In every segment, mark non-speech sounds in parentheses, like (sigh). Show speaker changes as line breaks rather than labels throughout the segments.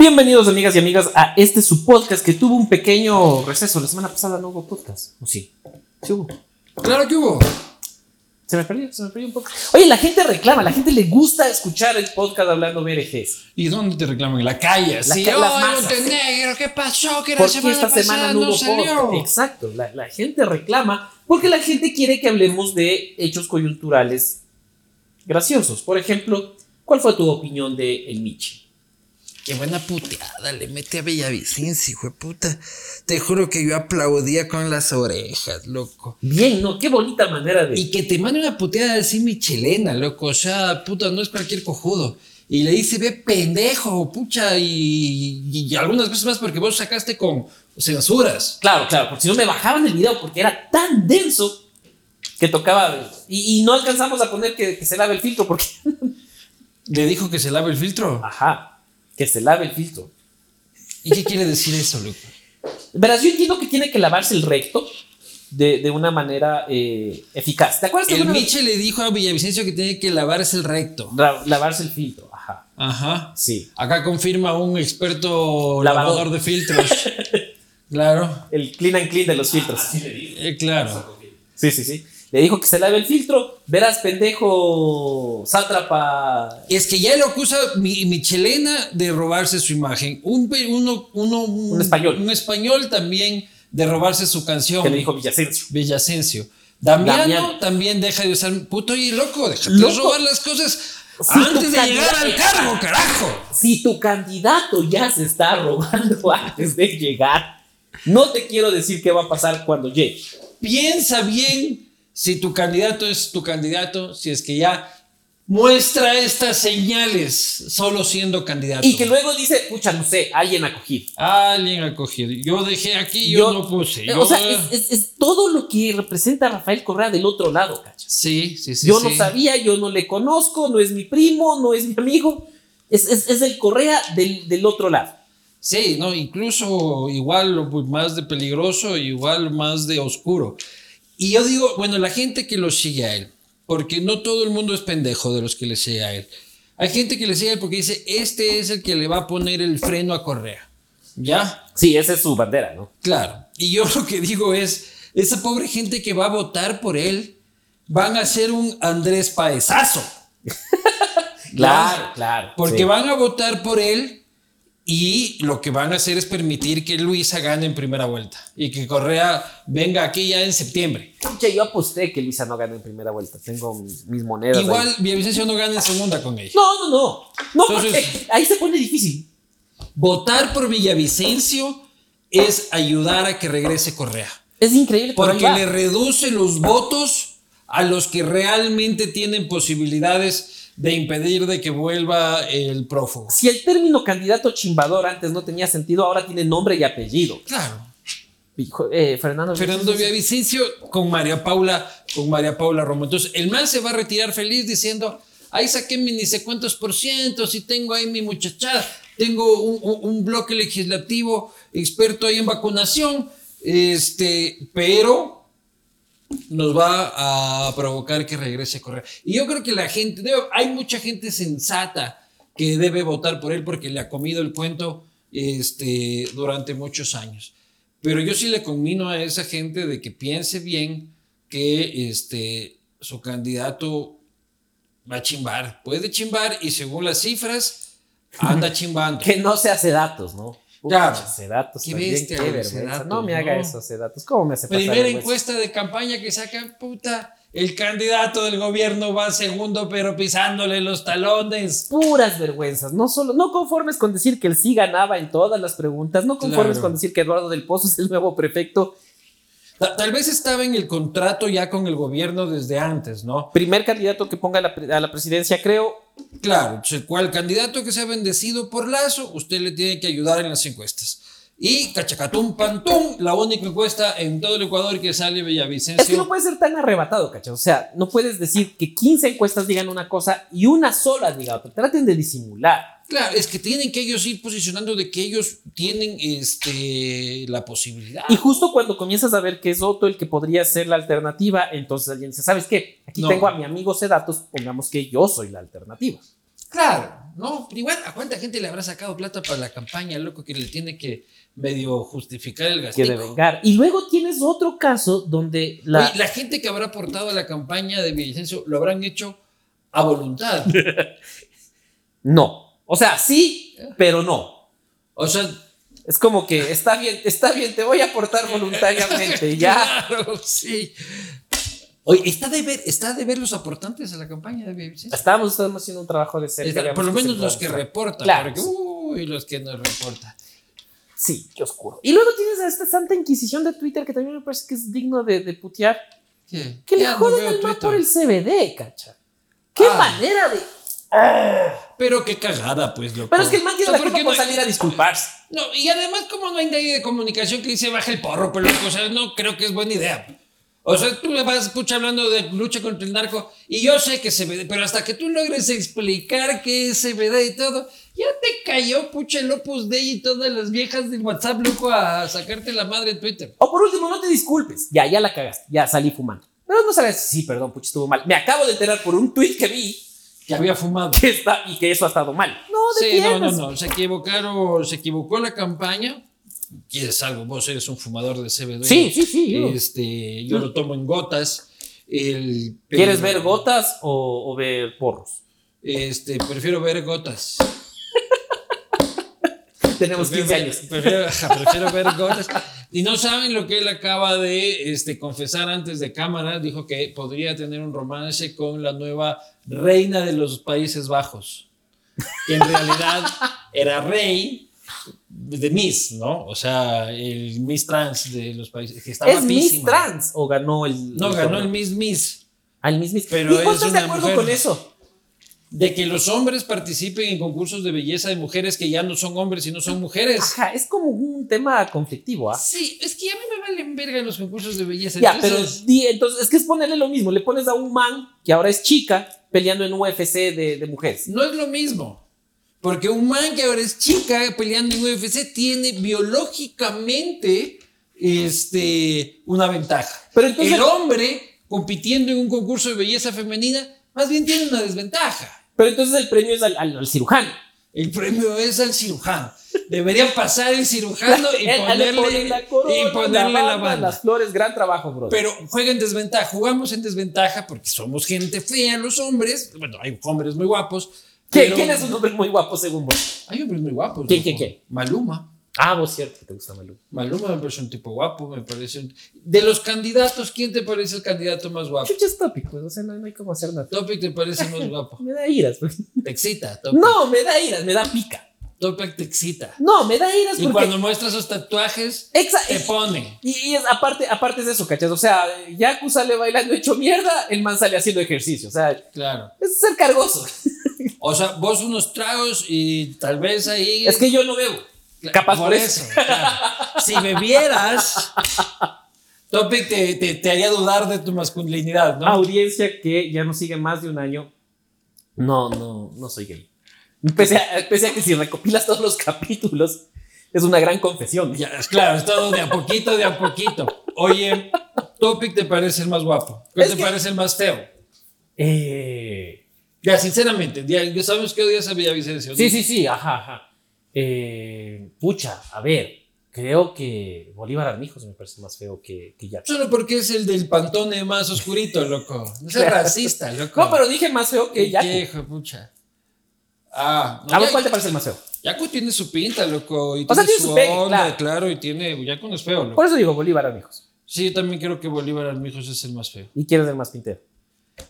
Bienvenidos amigas y amigas a este su podcast que tuvo un pequeño receso. La semana pasada no hubo podcast. ¿O sí? Sí hubo.
Claro que hubo.
Se me perdió, se me perdió un podcast. Oye, la gente reclama, la gente le gusta escuchar el podcast hablando BRGs.
¿Y dónde te reclaman? En la calle.
La
Sí,
ca-
oh,
las masas.
Montenegro, ¿qué pasó? ¿Qué la
Porque
semana
esta semana
pasada
no
no
hubo podcast.
salió?
Exacto, la, la gente reclama porque la gente quiere que hablemos de hechos coyunturales graciosos. Por ejemplo, ¿cuál fue tu opinión de el Michi?
Qué buena puteada, le mete a Villavicencio, hijo de puta. Te juro que yo aplaudía con las orejas, loco.
Bien, ¿no? Qué bonita manera de...
Y que te mande una puteada así michelena, loco. O sea, puta, no es cualquier cojudo. Y le dice, ve pendejo, pucha, y, y- y algunas veces más porque vos sacaste con censuras.
Claro, claro, porque si no me bajaban el video porque era tan denso que tocaba. Y, y no alcanzamos a poner que, que se lave el filtro porque. (laughs)
Le dijo que se lave el filtro.
Ajá, que se lave el filtro.
¿Y qué quiere decir eso, loco?
Verás, yo entiendo que tiene que lavarse el recto de, de una manera eh, eficaz. ¿Te acuerdas que
El
alguna vez-
Miche le dijo a Villavicencio que tiene que lavarse el recto.
Ra- lavarse el filtro? Ajá,
Ajá.
sí.
Acá confirma un experto
Lavador.
lavador de filtros.
(laughs)
claro,
El clean and clean de los filtros.
eh, claro.
Sí, sí, sí. Le dijo que se lave el filtro. Verás, pendejo, sátrapa.
Es que ya lo acusa mi, Michelena de robarse su imagen. Un, pe- uno, uno- un,
español.
Un español también de robarse su canción.
Que le dijo Villacencio.
Villacencio. Damiano,
Damiano.
también deja de usar. Puto y loco, déjate
Loco.
de robar las cosas
Sí, tu
antes de llegar
candidato.
al cargo, carajo.
Si tu candidato ya se está robando (laughs) antes de llegar, no te quiero decir qué va a pasar cuando llegue.
piensa bien si tu candidato es tu candidato, si es que ya muestra estas señales solo siendo candidato.
Y que luego dice, pucha, no sé, alguien acogido.
Alguien ha cogido. Yo dejé aquí, yo, no puse.
Eh, o
Yo-
sea, es, es- es todo lo que representa a Rafael Correa del otro lado, cachas.
sí, sí, sí.
yo no
sí.
sabía, yo no le conozco, no es mi primo, no es mi amigo. Es, es- es el Correa del, del otro lado.
Sí, no, incluso igual lo pu- más de peligroso, igual más de oscuro. Y yo digo, bueno, la gente que lo sigue a él, porque no todo el mundo es pendejo de los que le sigue a él. Hay gente que le sigue a él porque dice, este es el que le va a poner el freno a Correa. ¿Ya?
Sí, esa es su bandera, ¿no?
Claro. Y yo (laughs) lo que digo es, esa pobre gente que va a votar por él, van a ser un Andrés Paesazo.
(laughs) Claro, claro.
Porque
sí.
van a votar por él y lo que van a hacer es permitir que Luisa gane en primera vuelta y que Correa venga aquí ya en septiembre.
Pucha, yo aposté que Luisa no gana en primera vuelta. Tengo mis, mis monedas. ahí.
Igual Villavicencio no gana en segunda con ella.
No, no, no. No,
Entonces-
porque ahí se pone difícil.
Votar por Villavicencio es ayudar a que regrese Correa.
Es increíble. pero
Porque
ahí va.
le reduce los votos a los que realmente tienen posibilidades de impedir de que vuelva el prófugo.
Si el término candidato chimbador antes no tenía sentido, ahora tiene nombre y apellido.
Claro.
Hijo- eh, Fernando
Fernando Villavicencio con María Paula, con María Paula Romo. Entonces, el man se va a retirar feliz diciendo, ahí saqué mi ni sé cuántos por cientos y tengo ahí mi muchachada, tengo un, un- un bloque legislativo experto ahí en vacunación, este, pero nos va a provocar que regrese a correr. Y yo creo que la gente, digo, hay mucha gente sensata que debe votar por él porque le ha comido el cuento este, durante muchos años. Pero yo sí le conmino a esa gente de que piense bien que este, su candidato va a chimbar. Puede chimbar y según las cifras, anda chimbando.
Que no se hace datos, ¿no?
Claro.
datos.
Qué
también,
bestia,
qué
güey,
vergüenza.
Sedatos,
no me haga
no. Pues
eso, datos. ¿Cómo me hace pasar
Primera
vergüenza?
encuesta de campaña que sacan, puta. El candidato del gobierno va segundo, pero pisándole los talones.
Puras vergüenzas. No solo, no conformes con decir que el sí ganaba en todas las preguntas. No conformes
Claro.
con decir que Eduardo del Pozo es el nuevo prefecto.
Ta- Tal vez estaba en el contrato ya con el gobierno desde antes, ¿no?
Primer candidato que ponga a la pre- a la presidencia, creo,
Claro, se- cual candidato que sea bendecido por Lazo, usted le tiene que ayudar en las encuestas. Y cachacatum pantum, la única encuesta en todo el Ecuador que sale Villavicencio.
Es que no puedes ser tan arrebatado, ¿cachai? O sea, no puedes decir que 15 encuestas digan una cosa y una sola diga otra. Traten de disimular.
Claro, es que tienen que ellos ir posicionando de que ellos tienen este, la posibilidad.
Y justo cuando comienzas a ver que es otro el que podría ser la alternativa, entonces alguien dice, ¿sabes qué? Aquí
No.
tengo a mi amigo Sedatos, pongamos que yo soy la alternativa.
Claro, no, pero igual, ¿a cuánta gente le habrá sacado plata para la campaña, loco, que le tiene que medio justificar el gasto?
Quiere vengar. Y luego tienes otro caso donde la.
la gente que habrá aportado a la campaña de Villavicencio lo habrán hecho a
(laughs)
voluntad.
No. O sea, sí, pero no.
O sea,
Es como que está bien, está bien, te voy a aportar voluntariamente. Ya.
(laughs) claro, sí. Oye, está de ver, está de ver los aportantes a la campaña de Villavicencio.
Estábamos, estábamos haciendo un trabajo de cerca.
Está-
digamos
por lo
se
menos los
pueda
que
mostrar.
reportan.
Claro.
porque, uy, los que no reportan.
Sí, qué oscuro. Y luego tienes a esta santa inquisición de Twitter que también me parece que es digno de, de putear.
¿Qué?
Que le
Ya no
joden
veo
al man
Twitter.
por el CBD, cacha. Qué
Ah.
manera de.
Pero qué cagada, pues, loco.
Pero es que el man tiene
O sea,
la culpa
porque
por
no-
salir a disculparse.
No, y además, como no hay nadie de comunicación que dice baja el porro, pero o sea, no creo que es buena idea. O sea, tú me vas pucha hablando de lucha contra el narco y yo sé que CBD, pero hasta que tú logres explicar qué es CBD y todo, ya te cayó pucha el Opus Dei y todas las viejas de WhatsApp, loco, a sacarte la madre en Twitter.
O por último, no te disculpes. Ya, ya la cagaste. Ya salí fumando. Pero no sabes. Sí, perdón, pucha, estuvo mal. Me acabo de enterar por un tweet que vi
Que había fumado.
que está y que eso ha estado mal. No,
Sí, no, no,
defiendas.
no, se equivocaron, se equivocó la campaña. Quieres algo, vos eres un fumador de CBD.
Sí, sí, sí, yo.
Este, yo lo tomo en gotas. El-
¿Quieres
pero,
ver gotas o, o ver porros?
Este, prefiero ver gotas.
Tenemos 15
Prefiero-
años. (laughs)
Prefiero, prefiero ver gotas. Y no saben lo que él acaba de este, confesar antes de cámara. Dijo que podría tener un romance con la nueva reina de los Países Bajos. Que en realidad era rey de Miss, ¿no? O sea, el Miss Trans de los países. Que está
¿Es Miss
guapísima.
Trans o ganó el.?
No, ganó el Miss Miss.
Al Miss Miss.
Pero
¿Y vos
es
estás de
una
acuerdo
mujer.
con eso?
De que los hombres participen en concursos de belleza de mujeres que ya no son hombres, sino son mujeres.
Ajá, es como un tema conflictivo, ¿ah?
Sí, es que a mí me valen verga los concursos de belleza.
Ya, pero
entonces,
di- entonces es que es ponerle lo mismo. Le pones a un man que ahora es chica peleando en UFC de, de mujeres.
no es lo mismo. Porque un man que ahora es chica peleando en UFC tiene biológicamente este, una ventaja.
Pero entonces-
El hombre compitiendo en un concurso de belleza femenina más bien tiene una desventaja.
Pero entonces el premio es al, al- al cirujano.
El premio es al cirujano. Debería pasar
(laughs)
el cirujano y
Él- a él le
ponerle,
ponen la corona,
Ah, y ponerle
la
la,
banda,
banda.
las flores. Gran trabajo, bro.
Pero juega en desventaja, jugamos en desventaja porque somos gente fea los hombres. Bueno, hay hombres muy guapos.
¿Quién,
pero-
quién es un hombre muy guapo según vos?
Hay hombres muy guapos.
¿Quién,
loco.
quién, quién?
Maluma.
Ah, vos cierto que te gusta Malú.
Maluma me parece un tipo guapo, me parece un- De los candidatos, ¿quién te parece el candidato más guapo?
Chucha es tópico, o sea, no, no hay cómo hacer nada.
Topic te parece más
(laughs)
guapo.
Me da iras. bro.
Te excita, Topic.
No, me da iras, me da pica.
Topic te excita.
No, me da iras
Y
porque...
cuando muestra esos tatuajes,
Exa-
te pone.
Y, y es, aparte, aparte es eso, ¿cachas? O sea, Yaku sale bailando hecho mierda, el man sale haciendo ejercicio. O sea,
Claro.
es ser cargoso.
O sea, vos unos tragos y tal vez ahí.
Es que yo no bebo. Capaz por, eso.
claro. Si bebieras, Topic te, te- te haría dudar de tu masculinidad, ¿no?
Ah, Audiencia que ya nos sigue más de un año. No, no, no soy gay. Pese a, pese a que si recopilas todos los capítulos, es una gran confesión.
Ya, es claro, es todo de a poquito, de a poquito. Oye, Topic te parece el más guapo. ¿Cuál
Es
te
que-
parece el más feo?
Eh,
Ya, sinceramente, ya, ya sabemos que odias a Villavicencio. ¿no?
sí, sí, sí, ajá, ajá. Eh, pucha, a ver, creo que Bolívar Armijos me parece más feo que, que Yaku.
Solo porque es el del pantone más oscurito, loco. No seas
Claro. (laughs)
racista, loco.
No, pero dije más feo que
¿Qué,
Yaku.
hijo de pucha? Ah, no,
A ver,
ya-
¿cuál te parece el más feo?
Yaku tiene su pinta, loco. Y
O sea,
tiene,
tiene
su,
su pegue,
onda,
claro.
claro. y tiene. Yaku no es feo, loco.
Por eso digo Bolívar Armijos.
Sí, yo también creo que Bolívar Armijos es el más feo.
¿Y quién es el más pintero?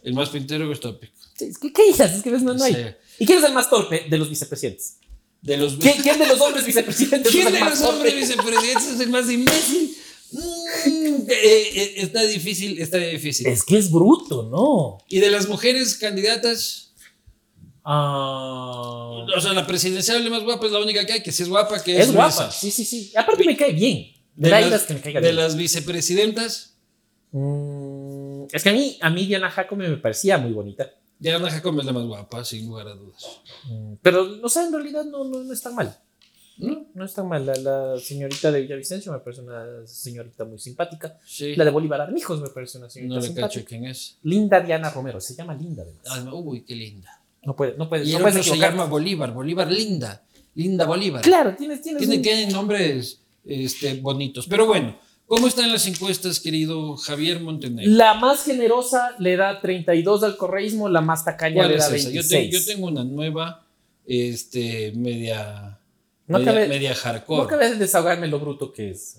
El más pintero que es Topic.
Es que, ¿Qué hijas? Es que ves, no, no hay.
Sí.
¿Y quién es el más torpe de los vicepresidentes?
De los
¿Quién, quién de los hombres vicepresidentes
¿Quién
es
de
el más
los
torpe?
hombres vicepresidentes es el más imbécil? Mm, eh, eh, está difícil, está difícil.
Es que es bruto, ¿no?
Y de las mujeres candidatas,
Ah,
o sea, la presidencial más guapa es la única que hay, que sí es guapa, que
es
es,
guapa.
Luisa.
Sí, sí, sí. Aparte me cae bien. De las que me caiga
de
bien.
las vicepresidentas,
Mm, es que a mí, a mí Diana Jacome me parecía muy bonita.
Diana Jacome es la más guapa, sin lugar a dudas.
Mm, Pero, no sé, en realidad no, no, no es tan mal.
¿No?
No es tan mal. La, la señorita de Villavicencio me parece una señorita muy simpática.
Sí.
La de Bolívar Armijos me parece una señorita
No le
simpática.
cacho quién es.
Linda Diana Romero, se llama Linda además.
Ah, no, uy, qué linda.
No puede, no puede.
Y
no
el
puedes
otro se
equivocar.
llama Bolívar, Bolívar Linda, Linda Bolívar.
Claro, tienes, tienes.
Tiene-
un-
tienen nombres este, bonitos. Pero bueno, ¿cómo están las encuestas, querido Javier Montenegro?
La más generosa le da 32 al correísmo, la más tacaña
¿Cuál
le
es
da
esa? Yo,
26.
te- yo tengo una nueva, este, media,
No
media,
cabe-
media
No
hardcore.
acabes de desahogarme lo bruto que
(laughs)
es.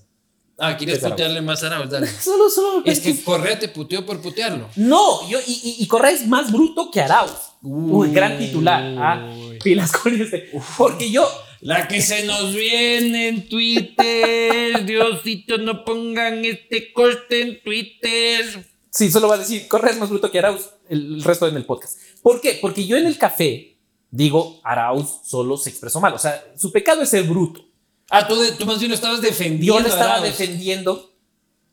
ah, ¿quieres
Empezar.
putearle más a
(laughs)
Arauz? Dale.
Solo, solo.
es que Correa te puteó por putearlo.
No, yo, y, y, y Correa es más bruto que Arauz. Uy, gran titular. Ah,
Uy.
pilas con este. Porque yo,
La que se nos viene
(laughs)
en Twitter. Diosito, no pongan este corte en Twitter.
sí, solo va a decir, Correa es más bruto que Arauz el, el resto en el podcast. ¿Por qué? Porque yo en el café digo, Arauz solo se expresó mal. O sea, su pecado es ser bruto.
Ah, tú, de- tú más bien lo estabas defendiendo.
Yo lo estaba
Arauz.
defendiendo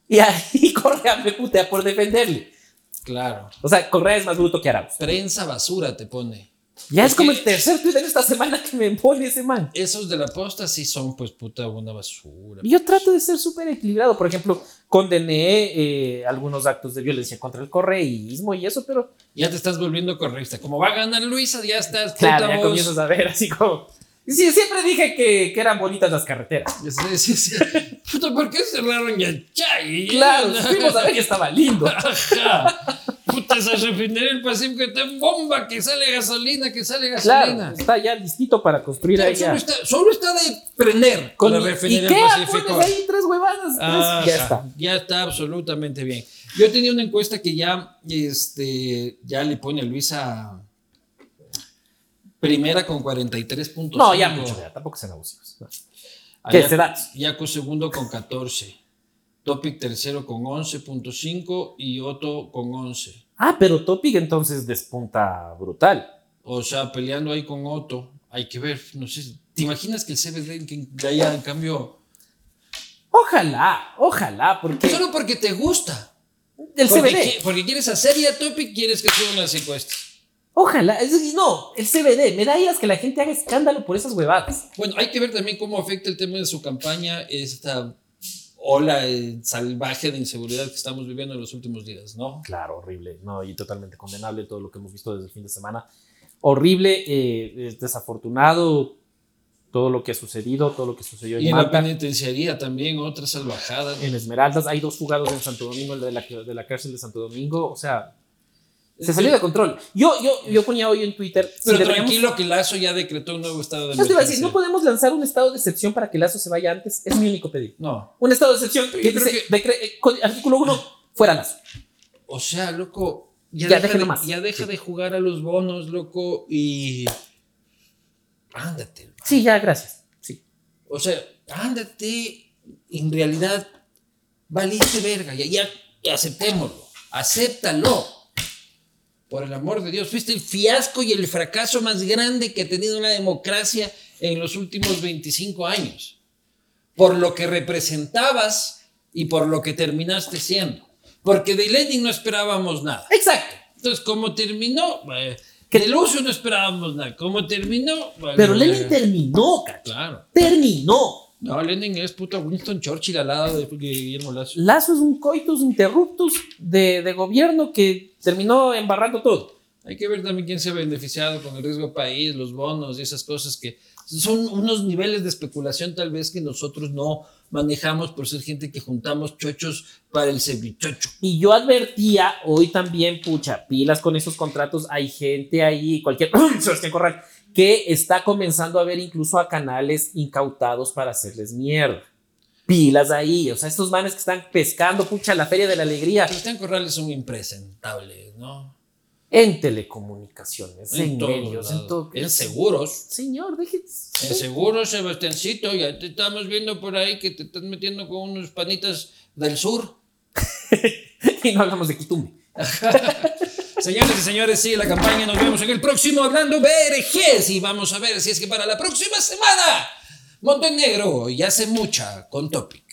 y ahí (laughs) Correa me putea por defenderle.
Claro.
O sea, Correa es más bruto que Arauz.
Prensa basura te pone.
Ya es como
que-
el tercer tweet en esta semana que me pone ese man.
Esos de la posta sí son, pues, puta, una basura.
Yo trato de ser súper equilibrado. Por ejemplo, condené eh, algunos actos de violencia contra el correísmo y eso, pero
Ya te estás volviendo correcta. Como va a ganar Luisa, ya estás.
claro,
puta
ya
vos.
comienzas a ver así como. Sí, siempre dije que, que eran bonitas las carreteras.
Sí, sí, sí. Puta, ¿por qué cerraron ya? Chay?
Claro, fuimos a ver que estaba (laughs) lindo.
Ajá. Puta, esa refinería del Pacífico está en bomba, que sale gasolina, que sale
Claro,
gasolina.
está ya listito para construir ahí.
solo,
ya.
está, solo está de prender con
Con
la
I-
refinería del
Ikea,
Pacífico.
pones ahí tres huevadas. tres,
Ajá,
Ah, ya está.
Ah, Ya está absolutamente bien. Yo tenía una encuesta que ya, este, ya le pone a Luisa primera con 43.5.
No, ya mucho, ya, tampoco sean abusivos. No.
A
¿Qué
Yaco-
será?
Yaco segundo con 14. Topic tercero con 11.5 y Otto con 11.
Ah, pero Topic entonces despunta brutal.
O sea, peleando ahí con Otto. Hay que ver, no sé. ¿Te imaginas que el CBD que que haya en cambio?
Ojalá, ojalá, porque
Solo porque te gusta.
el
Porque,
CBD.
qui- porque quieres hacer ya Topic, quieres que suban las encuestas.
Ojalá, es decir, no, el CBD, me da ideas que la gente haga escándalo por esas huevadas.
Bueno, hay que ver también cómo afecta el tema de su campaña esta ola eh, salvaje de inseguridad que estamos viviendo en los últimos días, ¿no?
Claro, horrible, no, y totalmente condenable todo lo que hemos visto desde el fin de semana. Horrible, eh, es desafortunado todo lo que ha sucedido, todo lo que sucedió
Y
en
en la
Manta,
penitenciaría también otra salvajada.
en Esmeraldas. Hay dos jugados en Santo Domingo, el de la, de la cárcel de Santo Domingo, o sea, se salió de control. Yo, yo, yo ponía hoy en Twitter, si
Pero
deberíamos-
tranquilo que Lazo ya decretó un nuevo estado de
Yo te iba a decir,
emergencia.
no podemos lanzar un estado de excepción para que Lazo se vaya antes, es mi único pedido.
No,
Un estado de excepción que
Yo creo
dice, decre- eh, con- artículo 1, fuera Lazo.
o sea, loco, ya,
Ya
deja,
déjenlo
de,
más.
ya deja
Sí.
de jugar a los bonos, loco, y ándate. hermano.
Sí, ya, gracias. Sí.
O sea, ándate, en realidad, valiste verga, ya, ya aceptémoslo, acéptalo. Por el amor de Dios, fuiste el fiasco y el fracaso más grande que ha tenido la democracia en los últimos 25 años. Por lo que representabas y por lo que terminaste siendo. Porque de Lenin no esperábamos nada.
Exacto.
Entonces, ¿cómo terminó? Eh,
Que-
de Lucio no esperábamos nada. ¿Cómo terminó? Bueno,
Pero
eh,
Lenin terminó, cacho.
Claro.
Terminó.
No, Lenin es puta Winston Churchill al lado de Guillermo Lazo.
Lazo es un coitus interruptus de, de gobierno que terminó embarrando todo.
Hay que ver también quién se ha beneficiado con el riesgo país, los bonos y esas cosas que son unos niveles de especulación tal vez que nosotros no manejamos por ser gente que juntamos chochos para el cevichocho.
Y yo advertía hoy también, pucha, pilas con esos contratos. Hay gente ahí, cualquier. (clears throat) Sebastián Corral, que está comenzando a ver incluso a canales incautados para hacerles mierda. Pilas ahí. O sea, estos manes que están pescando, pucha, la Feria de la Alegría
Cristian Corral es un impresentable, ¿no?
en telecomunicaciones, en,
todos
medios, en
lados.
todo.
En seguros.
Señor,
En
déjese.
seguros, Sebastiancito, ya te estamos viendo por ahí que te estás metiendo con unos panitas del sur.
(laughs) y no hablamos de Quitumbe.
Señores y señores, sigue la campaña. Nos vemos en el próximo Hablando BRGs. Y vamos a ver si es que para la próxima semana, Montenegro ya hace mucha con Topic.